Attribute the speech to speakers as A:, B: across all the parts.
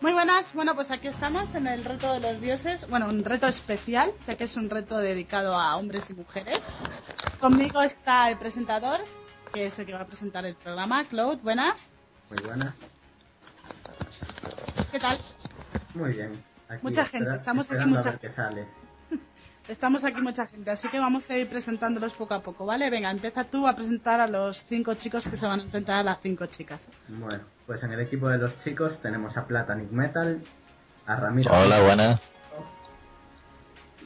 A: Muy buenas, bueno pues aquí estamos en el reto de los dioses, bueno un reto especial, ya que es un reto dedicado a hombres y mujeres. Conmigo está el presentador, que es el que va a presentar el programa, Claude, buenas,
B: Muy buenas.
A: ¿qué tal?
B: Muy bien. Aquí
A: Mucha gente, estamos aquí
B: esperando
A: mucha
B: a ver qué sale.
A: Estamos aquí mucha gente, así que vamos a ir presentándolos poco a poco, ¿vale? Venga, empieza tú a presentar a los cinco chicos que se van a enfrentar a las cinco chicas.
B: Bueno, pues en el equipo de los chicos tenemos a Platanic Metal, a Ramiro,
C: Hola, buenas.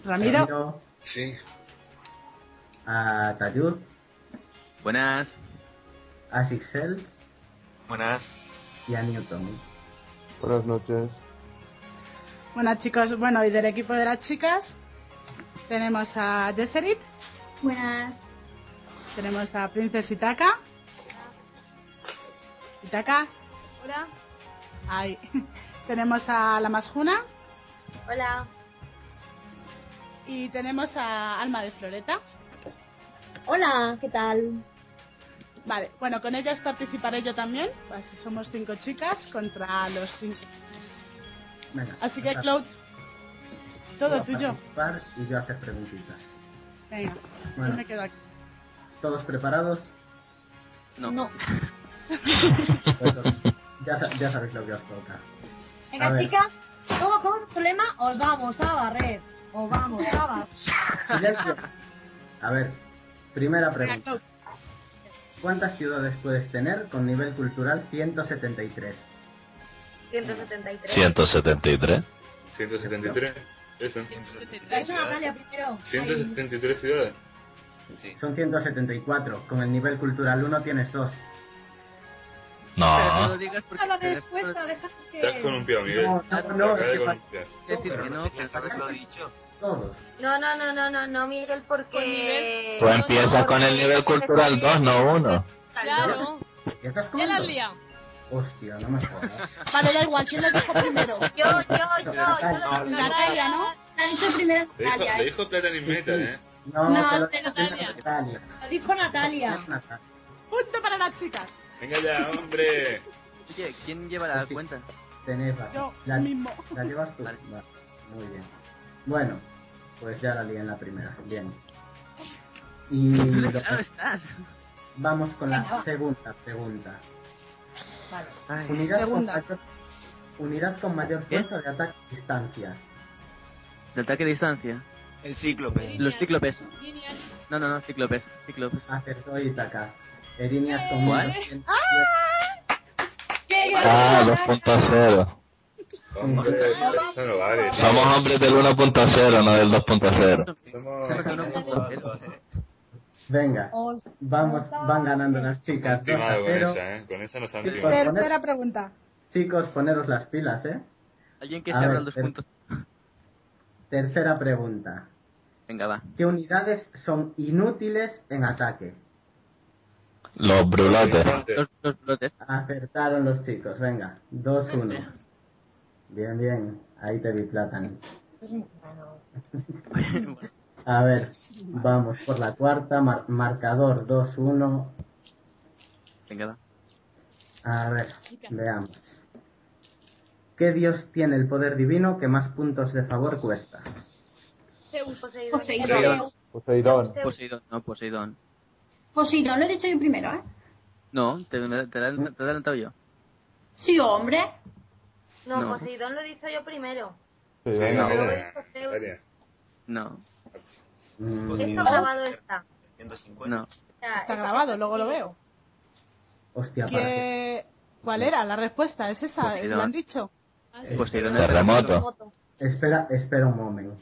B: a
A: Ramiro,
B: Ramiro,
D: Sí.
B: a Tayud,
E: Buenas.
B: a Sixel
D: Buenas.
B: y a Newton.
F: Buenas noches.
A: Buenas chicos, bueno, y del equipo de las chicas tenemos a Jesserit,
G: Buenas.
A: tenemos a Princess Itaka. Itaka,
G: Hola.
A: ahí. Tenemos a la Masjuna
G: Hola.
A: y tenemos a Alma de Floreta.
G: Hola, ¿qué tal?
A: Vale, bueno, con ellas participaré yo también, así somos cinco chicas contra los cinco chicos.
B: Venga,
A: Así que,
B: vas a-
A: Cloud,
B: tú
A: todo
B: a
A: tuyo.
B: participar Y yo a hacer preguntitas.
A: Venga,
B: Bueno.
A: yo me quedo aquí.
B: ¿Todos preparados?
E: No.
B: Pues, ya, sa- ya sabéis lo que os toca. A
G: Venga,
B: ver.
G: chicas, como con problema, os vamos a barrer. Os vamos a barrer.
B: Silencio. A ver, primera
A: Venga,
B: pregunta.
A: Cloud.
B: ¿Cuántas ciudades puedes tener con nivel cultural 173?
H: 173.
C: 173.
I: 173, eso.
G: Eso, Natalia, primero.
I: 173 ciudades.
B: Son 174. Con el nivel cultural 1 tienes 2.
E: Pero no lo
C: No.
E: digas
G: Ahí.
E: porque
G: Dame la
E: te-
G: respuesta, déjanos
I: Te has
G: que...
I: columpiado, Miguel.
B: No, no,
I: Te
B: no,
I: acabas de
B: es que-
I: columpiar.
E: Es decir, que no.
D: Tenías que haberlo dicho.
B: Todos.
H: No, no, no, no, no, no, Miguel, porque...
G: Con nivel-
C: Tú empiezas con el nivel cultural 2, no 1.
H: Claro.
B: ¿Ya estás
J: Ya la
B: comiendo?
J: has liado.
B: Hostia, no me jodas.
A: Vale, da igual, ¿quién lo dijo primero?
H: Yo, yo, yo, yo. lo-
A: Natalia, ¿no?
G: La ha dicho primero
I: Le dijo,
G: Natalia.
I: le dijo Plata ni Meta, ¿eh?
B: No,
G: No,
B: te lo
J: pero Natalia.
B: Natalia.
G: Lo dijo Natalia.
B: Es Natalia.
A: Punto para las chicas.
I: Venga ya, hombre.
E: Oye, ¿quién lleva la
B: Sí.
E: cuenta?
B: Tenés razón.
A: Yo
B: la,
A: mismo.
G: Pues
B: la llevas tú.
E: Vale.
B: Vale, Muy bien. Bueno, pues ya la lié en la primera. Bien. Y lo-
E: Claro estás.
B: vamos con
G: Venga,
B: la
G: va.
B: segunda pregunta.
A: Vale.
E: Ay, ¿Eh?
B: Unidad,
A: Segunda.
B: Con mayor, unidad con mayor
E: ¿Qué?
B: fuerza de ataque a distancia.
E: de ataque a distancia.
D: El cíclope.
E: Los cíclopes.
J: Líneas.
E: No, no, no, cíclopes. Cíclopes.
B: Acertó Itaca. Erinias con
E: ¿Cuál?
B: 1210.
G: ¡Qué
C: Ah,
G: graciosa!
C: 2.0.
I: Hombre, eso no vale.
C: Somos hombres del 1.0, no del 2.0.
I: Somos-
B: Venga,
G: Os-
B: vamos, van ganando las chicas. dos a
I: Timado con
B: cero.
I: esa, ¿eh? Con esa nos han
B: Sí,
I: timado.
B: pues.
A: Tercera pregunta.
B: Chicos, poneros las pilas, ¿eh?
E: Alguien que
B: A
E: se abra
B: ver,
E: el dos
B: pero-
E: puntos.
B: Tercera pregunta.
E: Venga, va.
B: ¿Qué unidades son inútiles en ataque?
C: Los brulotes.
E: Los, los brotes.
B: Acertaron los chicos, venga. 2-1. Bien, bien. Ahí te vi, Platan.
E: Bueno,
B: A ver, vamos por la cuarta. mar- marcador 2-1.
E: Venga, va.
B: A ver, veamos. ¿Qué dios tiene el poder divino que más puntos de favor cuesta?
J: Zeus.
H: Poseidón.
F: Poseidón.
E: Poseidón, no, Poseidón.
G: Pues, Poseidón, lo he dicho yo primero, ¿eh?
E: No, te, me- te, la, te la he adelantado yo.
G: Sí, hombre.
H: No,
E: No.
H: Poseidón lo dice yo primero.
F: Sí,
I: Sí,
F: venga.
I: mira,
H: Hombre, pues, Zeus.
I: Natalia.
E: No,
B: Mm,
J: Pues
H: Esto grabado está.
E: no.
H: O sea,
A: Está grabado, luego lo veo.
B: hostia, para que-
A: ¿Qué- ¿Cuál era la respuesta? ¿Es esa?
E: Pues,
A: ¿Lo han dicho?
E: Poseidón es
C: Terremoto.
H: Moto.
B: Espera, espera un momento.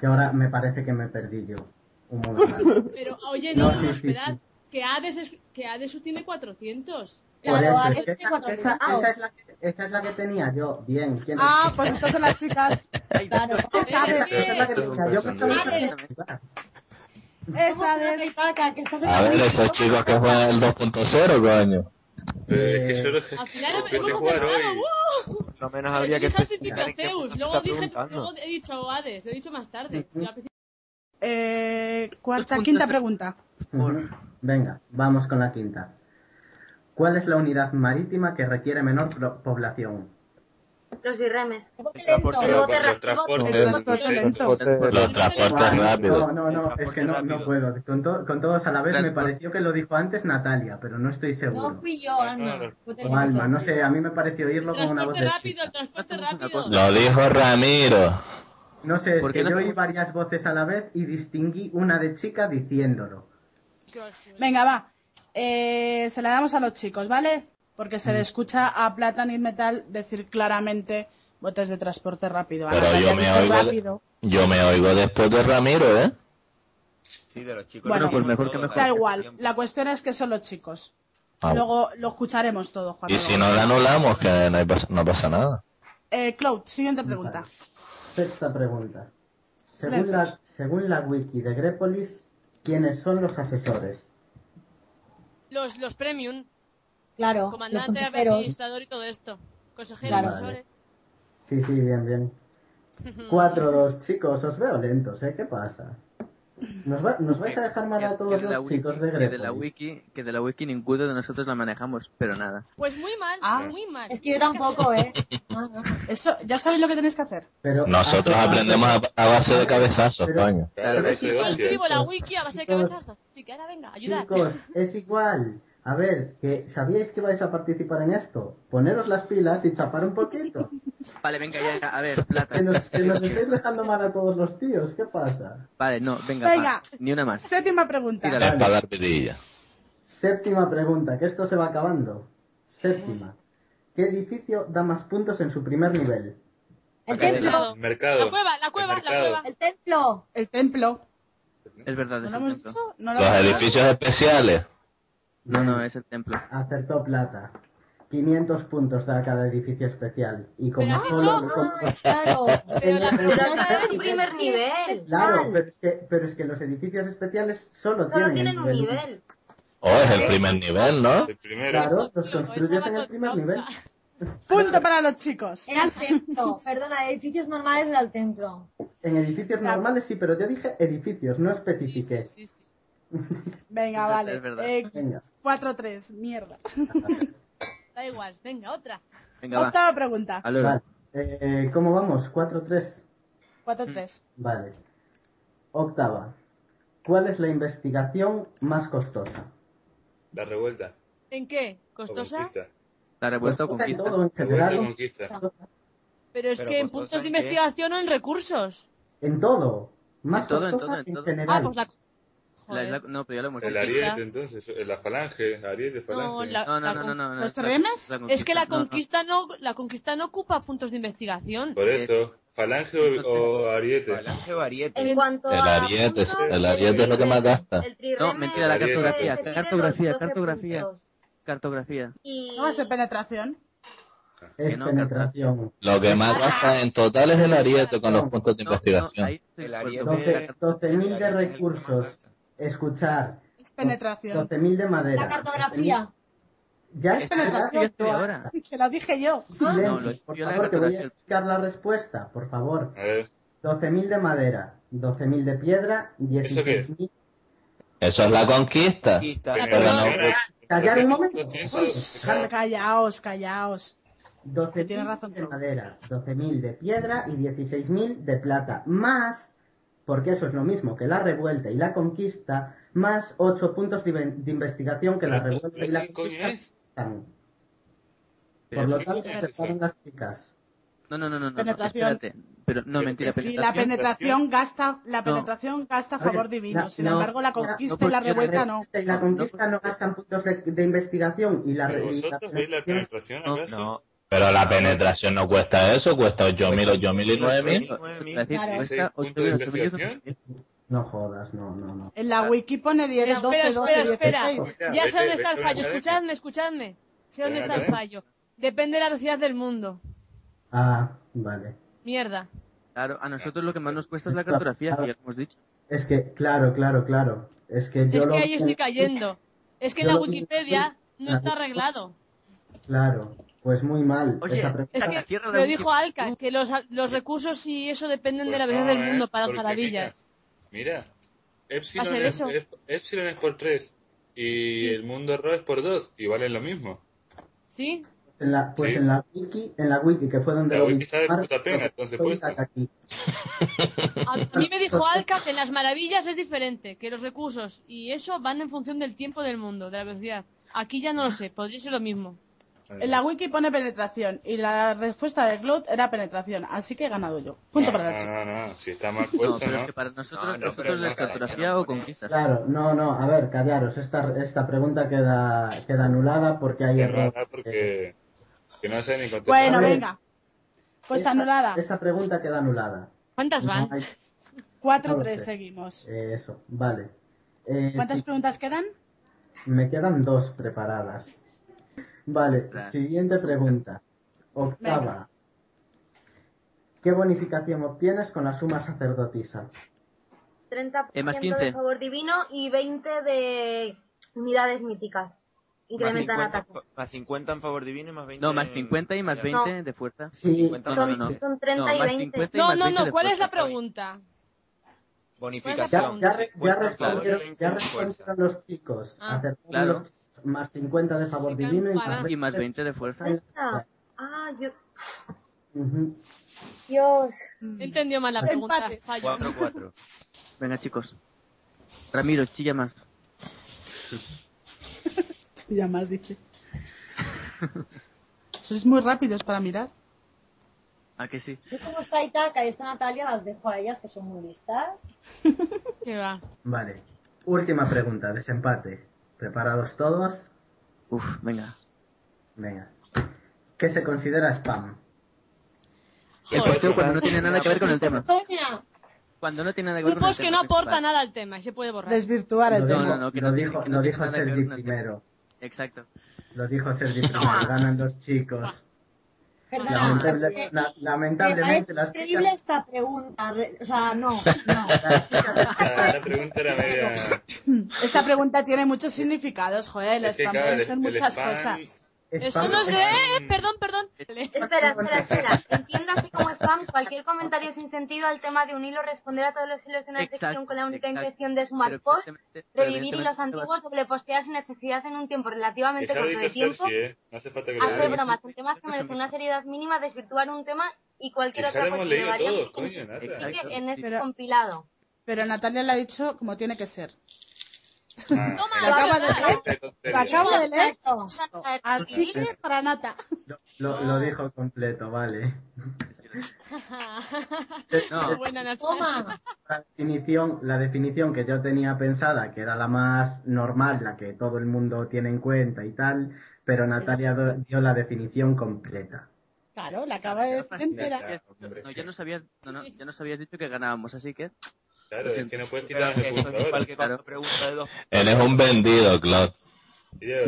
B: Que ahora me parece que me perdí yo. Un momento.
J: Pero, oye,
B: No,
J: no,
B: sí, sí,
J: esperad.
B: sí.
J: Que Hades, es, que Hades tiene 400.
B: Por
H: Claro,
B: eso,
H: a
B: es
H: ver,
B: que esa,
H: cuatro
B: esa-
H: grados.
B: esa es la que, esa es la que tenía yo. Bien, ¿quién
A: Ah, pues entonces las chicas.
E: Ay,
G: Claro.
A: ¿Qué
B: esa,
A: sabes?
B: esa es la que
I: Estoy
B: tenía yo. que
I: pensando.
B: estaba
G: Vale.
B: pensando.
A: Esa de...
G: Paca, que estás en
C: A
G: la
C: ver,
G: misma.
C: esos chicos que juegan el 2.0, coño.
I: Pero es que yo los
J: Al final
I: los
J: hemos
I: empecé a
J: hemos
I: jugar hoy.
J: ganado. ¡Uh!
D: Por lo menos habría que
J: Dije al
D: especificar
J: principio
D: en qué punto
J: Zeus,
D: se
J: luego
D: está
J: dije,
D: preguntando.
J: luego he dicho Hades, lo he dicho más tarde. Yo al principio-
A: Eh, cuarta, quinta pregunta.
B: Ujú. Venga, vamos con la quinta. ¿Cuál es la unidad marítima que requiere menor pro- población?
H: Los birremes.
G: Bote
I: El
G: lento.
I: transporte,
H: Luego te
I: el transporte.
A: El transporte lento.
C: Los transportes rápidos.
B: No, no, no, es que no, no puedo. Con, to- con todos a la vez me pareció que lo dijo antes Natalia, pero no estoy
G: No
B: seguro.
G: fui yo,
I: No, no,
G: Alma.
I: no.
G: Bote
B: O Alma, no sé, a mí me pareció
J: El
B: oírlo con una voz
J: transporte
B: de...
J: rápido, el transporte rápido.
C: Lo dijo Ramiro.
B: No sé, es
E: ¿Por qué
B: que
E: no
B: yo
E: te-
B: oí varias voces a la vez y distinguí una de chica diciéndolo.
A: Venga, va. Eh, se la damos a los chicos, ¿vale? Porque
C: Mm.
A: se le escucha a Platan y Metal decir claramente botes de transporte rápido. A
C: Pero
A: Natalia
C: yo me
A: dice
C: oigo de-
A: rápido.
C: Yo me oigo después de Ramiro, ¿eh?
D: Sí, de los chicos.
A: Bueno,
D: Lo
A: pues
E: mejor que
D: todos, al
E: mejor.
A: Da
D: mismo
A: igual.
D: tiempo.
A: La cuestión es que son los chicos.
C: Ah,
A: Luego lo escucharemos todos, Juan.
C: y si no la anulamos, que no, hay pas- no pasa nada.
A: Eh, Cloud, siguiente pregunta.
B: Sexta pregunta. Según la, según la wiki de Grepolis, ¿quiénes son los asesores?
J: Los, los premium,
G: Claro, los
J: comandante,
G: consejeros.
J: administrador y todo esto. eh. Consejeros,
B: Vale.
J: asesores.
B: Sí, sí, bien, bien. Cuatro, dos chicos, os veo lentos, ¿eh? ¿Qué pasa? ¿Nos, va- nos vais a dejar mal a
E: Que
B: todos
E: de la
B: los
E: wiki-
B: chicos de
E: que de la
B: Grepolis?
E: wiki, que de la wiki ninguno de nosotros la manejamos, pero nada.
J: Pues muy mal,
A: Ah.
J: muy mal.
G: Es que yo tampoco, ¿eh?
E: Ah,
G: No, no.
A: Eso, ya sabéis lo que tenéis que hacer.
B: Pero
C: Nosotros
B: hace-
C: aprendemos a, a base de cabezazos,
B: Pero-
C: coño.
I: Claro,
E: Claro,
I: eso
E: sí,
J: Yo
I: es
J: escribo la
B: Chicos,
J: wiki a base de
B: chicos.
J: cabezazos. Así que ahora venga, ayudad.
B: Chicos, es igual. A ver, que sabíais que vais a participar en esto. Poneros las pilas y chapar un poquito.
E: Vale, venga, ya, ya, a ver, plata.
B: Que nos, que nos estáis dejando mal a todos los tíos, ¿qué pasa?
E: Vale, no, venga,
A: Venga.
E: va, ni una más.
A: Séptima pregunta.
E: Tírala.
C: Es para dar vidilla.
B: Séptima pregunta, que esto se va acabando. Séptima. ¿Qué edificio da más puntos en su primer nivel?
G: El
I: Acá
G: templo,
I: está.
J: templo.
I: Mercado.
J: La cueva, la cueva,
I: El
J: la cueva.
G: el templo.
A: El templo.
E: Es verdad,
A: ¿No
E: es
A: lo
E: el
A: hemos
E: templo.
A: dicho? ¿No lo
C: Los
A: hemos dicho?
C: edificios especiales.
E: No, no, es el templo.
B: Acertó plata. 500 puntos da cada edificio especial. Y como
J: Pero has
B: solo...
J: dicho-
B: como-
G: Ah, claro.
J: Pero la
H: Pero
J: pregunta
H: acá es
J: es...
H: un primer nivel.
B: Claro, pero es, que, pero es que los edificios especiales solo,
H: Solo
B: tienen,
H: tienen
B: el
H: un nivel.
C: O Oh, es el primer nivel, ¿no?
I: El primero.
B: Claro, los
J: Tío,
B: construyes
J: esa
B: en
J: va
B: el primer nivel.
A: Punto para los chicos.
G: Era el templo. Perdona, edificios normales era el templo.
B: En edificios
A: Claro.
B: normales sí, pero yo dije edificios, no
J: Sí,
B: especifiqué.
J: sí, sí, sí.
A: Venga,
E: Es
A: vale.
E: verdad.
A: Eh,
B: Venga.
A: 4-3, mierda.
J: Da igual, venga, otra.
E: Venga, va.
A: Octava pregunta.
E: Al oro.
B: Vale. Eh, eh, ¿Cómo vamos? 4-3.
E: Mm.
A: 4-3.
B: Vale. Octava. ¿Cuál es la investigación más costosa?
I: La revuelta.
J: ¿En qué?
I: o
J: ¿Costosa?
I: Conquista.
E: La revuelta o
B: Costosa Pues en
E: conquista.
B: todo en
I: Revuelta o
B: general.
I: conquista.
J: Pero es
D: Pero
J: que en
D: costosa,
J: puntos de
D: ¿en qué?
J: investigación o en recursos.
B: En todo. Más
E: En todo, en
B: costosa
E: todo,
B: en,
E: en todo.
J: Ah,
B: general.
J: pues la...
E: La-
J: Joder.
E: la- no, pero ya lo hemos
I: El
E: dicho.
J: Conquista.
I: ariete, entonces. eh, La falange. Ariete, falange.
J: No, la-
E: No, no,
J: la
E: no,
J: con-
E: no, no, no.
A: ¿Los
E: la-
A: terremes?
E: la
J: Es que la
E: no, no.
J: conquista no, la conquista no ocupa puntos de investigación.
I: Por eso. Falange o, o ariete.
D: Falange o ariete.
H: En cuanto
C: El
H: a
C: ariete,
H: puntos,
C: el ariete es lo que más gasta.
H: El trirreme
E: No, mentira, la
H: es-
I: cartografía,
H: te pide
E: cartografía,
H: 12
E: cartografía.
H: puntos.
E: Cartografía.
H: Y
A: No va a ser penetración.
B: Es
E: Que no,
B: penetración.
C: Lo que más gasta en total es el ariete con los puntos de
E: Ah. No, no,
C: investigación.
E: ahí estoy
D: el
E: de acuerdo.
D: ariete.
B: Doce- doce mil de
D: el ariete es el que
B: recursos.
D: más gasta.
B: Escuchar.
A: Es penetración.
B: 12.000 de madera.
G: La cartografía.
B: 12.000. Ya es
E: Yo estoy ahora.
A: Se lo dije yo.
E: No, lo-
B: Silencio, por
E: yo la
B: favor, que voy a
E: cartografía.
B: explicar la respuesta, por favor.
I: A ver.
J: Ah,
B: 12.000 de madera, 12.000 de piedra,
I: ¿Eso qué es?
B: 16.000.
C: Eso es la conquista.
D: Conquista.
C: Pero no.
I: Penetración,
B: Callar un momento.
I: 200,
A: Callaos, callaos. Que tiene
B: 12.000
A: razón,
B: de
A: Trump.
B: madera, 12.000 de piedra y 16.000 de plata. Más, porque eso es lo mismo que la revuelta y la conquista, más 8 puntos de, inven- de investigación que la
I: ¿Pero
B: revuelta y la
I: qué coño
B: conquista.
I: es?
B: están.
E: Pero
B: Por lo
I: ¿qué
B: tanto,
I: coño es
B: aceptaron
I: eso?
B: las chicas.
E: No, no, no, no, no, no.
A: Penetración.
E: Espérate. Pero no,
I: Pero
E: mentira,
I: que
A: Sí, la
E: penetración.
A: penetración gasta, la
E: No.
A: penetración gasta a
B: A ver,
A: favor divino.
B: la-
A: Sin
E: no,
A: embargo, la
B: no,
A: conquista
E: no,
A: y la
E: porque-
A: revuelta no.
B: Y la conquista no gastan puntos de, de investigación y la
I: ¿Pero
B: re- y la
I: vosotros veis la penetración
E: No,
I: acaso?
D: No.
C: Pero la penetración no cuesta eso, cuesta 8.000, 8.000 y 9.000.
D: 9.000.
E: Es decir,
G: Claro.
E: cuesta
I: ¿Punto de
E: 8.000, 8.000,
I: investigación?
E: 8.000.
B: No jodas, no, no, no.
A: En la wiki pone 10,
J: Espera,
A: 12, 12,
J: espera, espera.
A: 16.
I: Mira,
J: Ya
I: vete,
J: sé dónde está el
I: vete,
J: fallo.
I: vete.
J: Escuchadme, escuchadme. Sé dónde está el
I: Vale.
J: fallo. Depende de la velocidad del mundo.
B: Ah, vale.
J: Mierda.
E: Claro, a nosotros lo que más nos cuesta es la cartografía, que ya lo hemos dicho.
B: Es que, claro, claro, claro. Es que yo
J: Es
B: lo...
J: que ahí estoy cayendo. Es que en
B: Yo
J: la
B: lo-
J: Wikipedia no
B: Ah.
J: está arreglado.
B: Claro, pues muy mal.
E: Oye,
B: esa pregunta.
J: Es
E: Hasta
J: que
E: cierra la
J: lo
E: Wiki.
J: dijo Alca, que los, los recursos y eso dependen de la velocidad del
I: no, ¿eh?
J: mundo para las
I: Porque
J: maravillas.
I: Mira, mira,
J: ¿Va a
I: Epsilon,
J: ser
I: es,
J: eso?
I: es- Epsilon es por 3 y
J: Sí.
I: el mundo Rho es por 2 y valen lo mismo.
J: ¿Sí?
B: En la, pues
I: Sí.
B: en la wiki, en la wiki que fue donde
I: La
B: lo
I: wiki
B: vi
I: está de
B: firmar,
I: puta pena,
B: lo
I: entonces,
B: puesto
I: puesto.
B: aquí.
J: A, a mí me dijo Alca que en las maravillas es diferente, que los recursos y eso van en función del tiempo del mundo, de la velocidad. Aquí ya no lo sé, podría ser lo mismo.
A: En la wiki pone penetración y la respuesta de Cloud era penetración, así que he ganado yo. Punto para la
I: No,
A: chica.
I: no, no, si está mal
E: No,
I: puesto,
E: pero
I: Pues ¿no?
E: es que para nosotros,
D: No, no, pero
E: nosotros
D: no,
E: la cartografía
D: no,
E: o
D: no,
E: conquista.
B: Claro, no, no, a ver, callaros, esta, esta pregunta queda, queda anulada porque hay
I: Es
B: error. Eh,
I: rara
E: eh.
I: porque que no sé ni contestar.
A: Bueno,
B: A ver.
A: venga. Pues
B: Esta-
A: anulada.
B: Esta pregunta queda anulada.
J: ¿Cuántas van?
B: No hay-
A: 4-3
B: no lo sé.
A: seguimos.
B: eh, eso, vale. Eh,
A: ¿Cuántas
B: sí,
A: preguntas quedan?
B: me quedan dos preparadas. Vale,
D: Claro.
B: siguiente pregunta. Octava. ¿Qué bonificación obtienes con la suma sacerdotisa?
H: 30%
E: Eh, más
H: de
E: 15.
H: favor divino y 20 de unidades míticas.
D: Más
H: Incrementan
D: 50,
H: ataque.
D: más 50 en favor divino y más 20.
E: No, más 50 y más
D: en-
E: 20
H: No.
E: de fuerza.
B: Sí,
D: 50
E: No, no, no.
H: Son, son 30
E: No,
H: y
E: más
H: 20.
E: 50.
J: No,
E: más
J: no,
E: 20
J: no, ¿cuál es la
E: después.
J: pregunta?
B: Ya,
D: Bonificación.
B: ya, re- ya
D: 50 en favor
B: respondieron,
D: divino y
B: ya
D: en fuerza.
B: respondieron los chicos.
J: Ah,
B: Acertaron
E: claro.
B: los chicos. Más 50 de favor
J: Qué
B: divino y
J: campana.
B: más
E: Y más 20 de fuerza.
B: en la-
H: Ah, ah, yo,
B: Ujú.
H: Dios.
J: He entendido Mm. mal la pregunta.
A: Empates.
J: fallo.
D: 4, 4.
E: Venga, chicos. Ramiro, chilla más.
A: Sí, ya más dice. Sois muy rápidos para mirar.
E: ¿A que sí?
G: Yo como está Itaca y está Natalia, las dejo a ellas que son muy listas.
J: ¿Qué va?
B: Vale. Última pregunta, desempate. ¿Preparados todos?
E: Uf, venga.
B: Venga. ¿Qué se considera spam?
E: El
J: Joder.
E: posteo cuando no tiene nada que ver con el tema.
G: Sonia,
E: Cuando no tiene nada que ver con el
J: Grupos
E: tema.
J: Pues que no aportan
E: principal.
J: nada al tema y se puede borrar.
A: Desvirtuar el
B: lo
A: tema.
B: dijo,
E: no, no, que
B: lo
E: no tiene-
B: dijo,
E: que no
B: lo
E: tiene
B: dijo
E: nada que ver
B: Sergi
E: con el tema.
B: primero.
E: Exacto.
B: Lo dijo Sergi primero. Ganan los chicos.
G: perdona.
B: Lamentable-
G: eh,
B: na-
G: Me parece
B: lamentablemente las
G: increíble
B: chicas,
G: esta pregunta. re- O sea, no, no.
B: las chicas-
I: Ah, La, la pregunta era media.
A: Esta pregunta tiene muchos significados, joder. El
I: Es que,
A: spam
I: claro,
A: puede
I: el-
A: ser
I: el
A: muchas
I: spam-
A: cosas.
J: Eso
B: spam-
J: no es de... eh, Perdón, perdón.
H: Espera, espera, espera. Entiéndase como spam cualquier comentario sin sentido al tema de un hilo, responder a todos los hilos de una
E: Exacto,
H: sección con la única
E: exacto.
H: intención de
E: Pero
H: sumar post,
E: evidentemente- pero
H: revivir hilos
E: evidentemente-
H: antiguos, doble postear sin necesidad en un tiempo relativamente
I: Ya lo ha
H: corto
I: dicho
H: de tiempo, Ah,
I: Sergi, ¿eh? No hace falta que lo
H: hacer
I: diga.
H: bromas en temas que merecen una seriedad mínima, desvirtuar un tema y
I: Que
H: cualquier
I: ya lo
H: otra cosa
I: hemos
H: que
I: leído
H: variante
I: todo,
H: que
I: coño, nada.
H: implique
E: Exacto.
H: en este
A: Pero-
H: compilado.
A: Pero Natalia lo ha dicho como tiene que ser.
D: Ah,
J: Toma,
A: Lo
J: la
A: acaba de
J: verdad.
A: leer.
D: este
A: Lo acabo de leer.
H: Exacto.
A: Así que para Nata.
B: lo, lo- lo dijo completo, vale.
E: No.
J: Ah, Qué buena, Nacho.
G: Ah. Toma.
B: La definición, la definición que yo tenía pensada, que era la más normal, la que todo el mundo tiene en cuenta y tal, pero Natalia do- dio la definición completa.
A: Claro, la acaba de decir entera.
I: Nata, hombre.
E: No, ya nos habías, no, no, ya nos habías dicho que ganábamos, así que...
I: Claro, es que no puedes
D: Pero
I: tirar el
D: esto es igual
I: computador.
D: que cuando
E: Claro.
D: pregunta de dos.
C: Él es un vendido, Claude.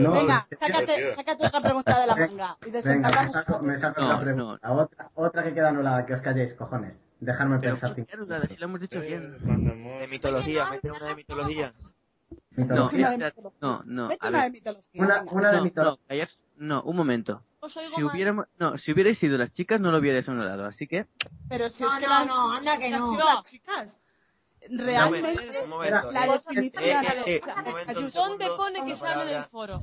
B: No,
A: Venga,
B: es que-
A: sácate,
I: tío.
A: sácate otra pregunta de la manga. Y
B: Venga, me
A: desempatamos.
B: saco, me saco
E: No,
B: otra pregunta. Otra, otra que queda anulada, que os calléis, cojones. Dejadme
E: Pero
B: pensar
E: ¿qué
B: cinco
E: duda? Si lo hemos dicho bien.
I: Eh, manda amor.
D: De mitología, mete una de mitología.
E: No,
B: minutos.
A: Última de
E: espera,
A: mitología.
E: no, no,
A: Vete
E: a
A: una de
E: ver.
A: mitología.
B: Una,
A: venga.
B: una de
E: No,
B: mitología.
E: no, callar- no, un momento.
J: Os oigo
E: Si
J: mal.
E: hubiéramos, no, si hubierais sido las chicas, no lo hubierais anulado, así que...
A: Pero si
G: No,
A: es que
G: no,
A: la-
G: no, anda que
A: es han
G: no.
A: sido las chicas. Realmente,
D: Un momento, un
A: la
D: momento.
A: definición
D: Eh,
A: de
D: eh, eh,
A: la
D: un momento, un
A: definición-
J: ¿Dónde
D: segundo.
J: pone que
D: La
J: se habla en el
D: palabra.
J: foro?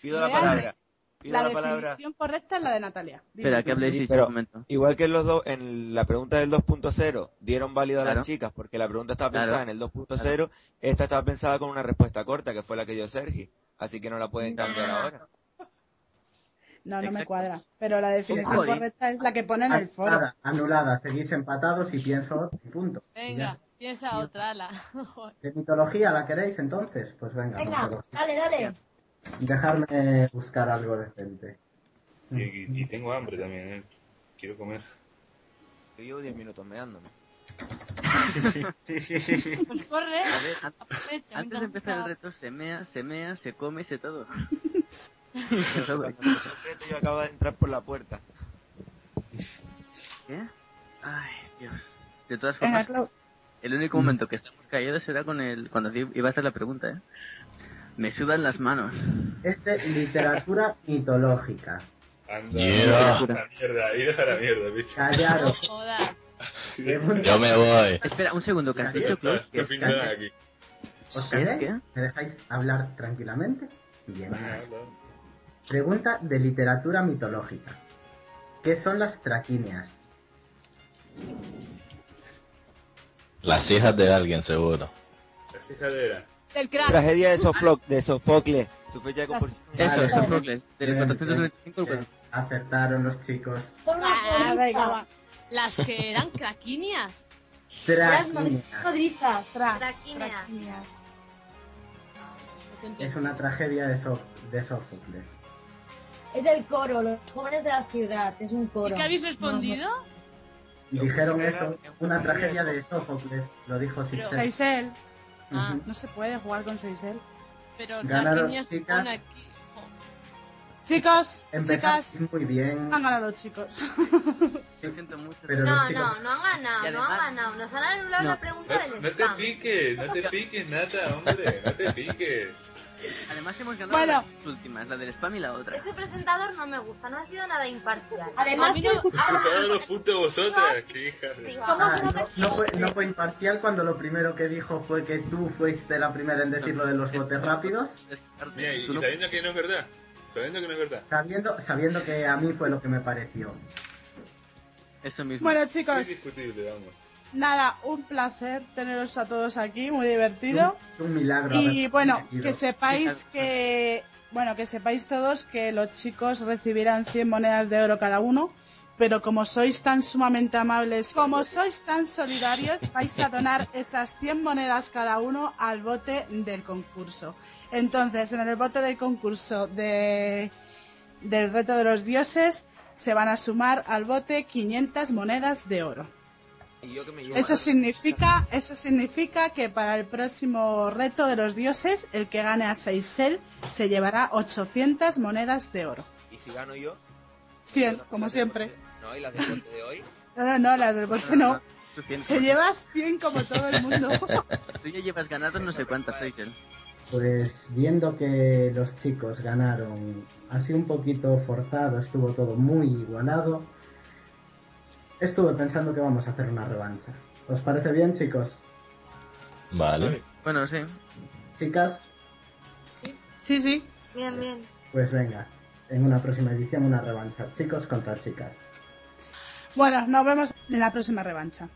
D: Pido la
A: Real.
D: palabra. Pido
A: la
D: la palabra.
A: definición correcta es la de Natalia. Dime.
E: Espera, que hable
D: Sí,
E: Sisi
D: pero-
E: un momento.
D: Igual que en los dos, en la pregunta del 2.0, dieron válido a
E: Claro.
D: las chicas, porque la pregunta estaba
E: Claro.
D: pensada en el 2.0, esta estaba pensada con una respuesta corta, que fue la que dio Sergi, así que no la pueden cambiar ahora.
A: No, no me
E: Exacto.
A: cuadra. Pero la definición
E: Joder.
A: correcta es la que pone en el foro.
B: Anulada, anulada, seguís empatados y pienso otro, y punto.
J: Venga, piensa otra, ala. Joder.
B: ¿De mitología la queréis entonces? Pues venga,
G: Venga,
B: mitología.
G: dale, dale.
B: Dejarme buscar algo decente.
I: Y, y- y tengo hambre también, eh. Quiero comer.
D: Yo llevo 10 minutos meándome.
J: Pues corre,
E: A ver, an-
J: aprovecha.
E: antes
J: mientras
E: de empezar el
J: busca-
E: reto, se mea, se mea, se come, se todo.
D: Cuando empezó el reto, yo acabo de entrar por la puerta.
E: ¿Qué? Ay, Dios. De todas
A: Venga,
E: formas,
A: Clau.
E: el único momento que estamos callados era con el, cuando di- iba a hacer la pregunta, ¿eh? Me sudan las manos.
B: Este, literatura mitológica.
I: Anda,
C: Yeah.
I: deja la mierda, ahí deja la mierda, bicho.
J: No
B: Callaros.
J: jodas.
B: Pregunta-
C: Yo me voy.
E: Espera, un segundo, ¿qué has
I: Ya
E: dicho,
I: está,
E: Claude?
I: No pinta nada aquí.
B: ¿Os
E: ¿Qué?
B: calláis?
E: ¿Qué?
I: Ah,
B: ¿Me dejáis hablar tranquilamente? Bien.
I: Nada, nada.
B: Pregunta de literatura mitológica. ¿Qué son las traquíneas?
C: Las hijas de alguien, seguro.
I: Así saliera.
J: Del crack.
D: Tragedia de, Soflo- de Sofocles. Su fecha de composición.
E: Eso,
B: Vale.
E: Sófocles, del
B: Bien,
E: 475 al
B: bien, bien. Eh, Acertaron los chicos.
G: Por una
J: Ah,
G: podriza.
A: venga, va.
J: Las que eran craquinias.
G: Las
B: Traquíneas.
G: podrizas.
H: Traquinea.
B: Es una tragedia de, Sof- de Sófocles.
G: Es el coro, los jóvenes de la ciudad. Es un
J: ¿Y
G: coro.
J: qué habéis respondido?
B: Y dijeron eso, una tragedia de Sófocles, lo dijo
J: Pero-
B: Sixel.
A: Seisel.
J: Ah,
B: Ujú.
A: No se puede jugar con Seisel.
J: Pero
B: Ganaron,
J: craquinias
B: chicas.
J: pone aquí. Jo.
A: Chicos,
B: Empezamos
A: chicas,
B: muy bien,
A: han ganado los chicos.
E: Lo siento mucho.
B: pero los
H: No,
B: chicos...
H: no, no han ganado,
E: Y
H: no han
E: además-
H: ganado. Nos han anulado
E: No.
H: la pregunta
I: No,
H: del
I: no te
H: spam.
I: piques, no te piques, nada, hombre, no te piques.
E: Además hemos ganado
A: Bueno.
E: las dos últimas, la del spam y la otra.
H: Ese presentador no me gusta, no ha sido nada imparcial.
J: A
G: Además,
J: mí no-
H: Ah,
I: Superad los puntos vosotras, qué hijas de...
H: Digo,
B: Ah, no, no fue, no fue imparcial cuando lo primero que dijo fue que tú fuiste la primera en decir lo de los botes rápidos,
I: Mira, y,
E: Tú
I: y
E: no-
I: sabiendo que no es verdad, sabiendo que no es verdad.
B: sabiendo, sabiendo que a mí fue lo que me pareció.
E: Eso mismo.
A: Bueno,
I: Es
A: chicos,
I: discutible, vamos.
A: nada, un placer teneros a todos aquí, muy divertido.
B: Un, un milagro.
A: Y
B: haber
A: bueno,
B: conseguido.
A: que sepáis
E: Fijaros.
A: que bueno, que sepáis todos que los chicos recibirán 100 monedas de oro cada uno, pero como sois tan sumamente amables, como sois tan solidarios, vais a donar esas 100 monedas cada uno al bote del concurso. Entonces, en el bote del concurso de del reto de los dioses se van a sumar al bote 500 monedas de oro.
D: Y yo que me llevo
A: Eso
D: a-
A: significa, eso significa que para el próximo reto de los dioses, el que gane a Seisel se llevará 800 monedas de oro.
D: Y si gano yo.
A: 100, como siempre.
D: No, y las de corte de hoy.
A: No, no, no, las del bote no.
E: Tú siento,
A: Te llevas 100 como todo el mundo.
E: Tú ya llevas ganado no sé cuántas, Rachel.
B: Pues viendo que los chicos ganaron así un poquito forzado, estuvo todo muy igualado, estuve pensando que vamos a hacer una revancha. ¿Os parece bien, chicos?
C: Vale.
E: Bueno, sí.
B: Chicas,
A: Sí, sí.
H: Bien, bien.
B: pues venga, en una próxima edición una revancha, chicos contra chicas.
A: Bueno, nos vemos en la próxima revancha.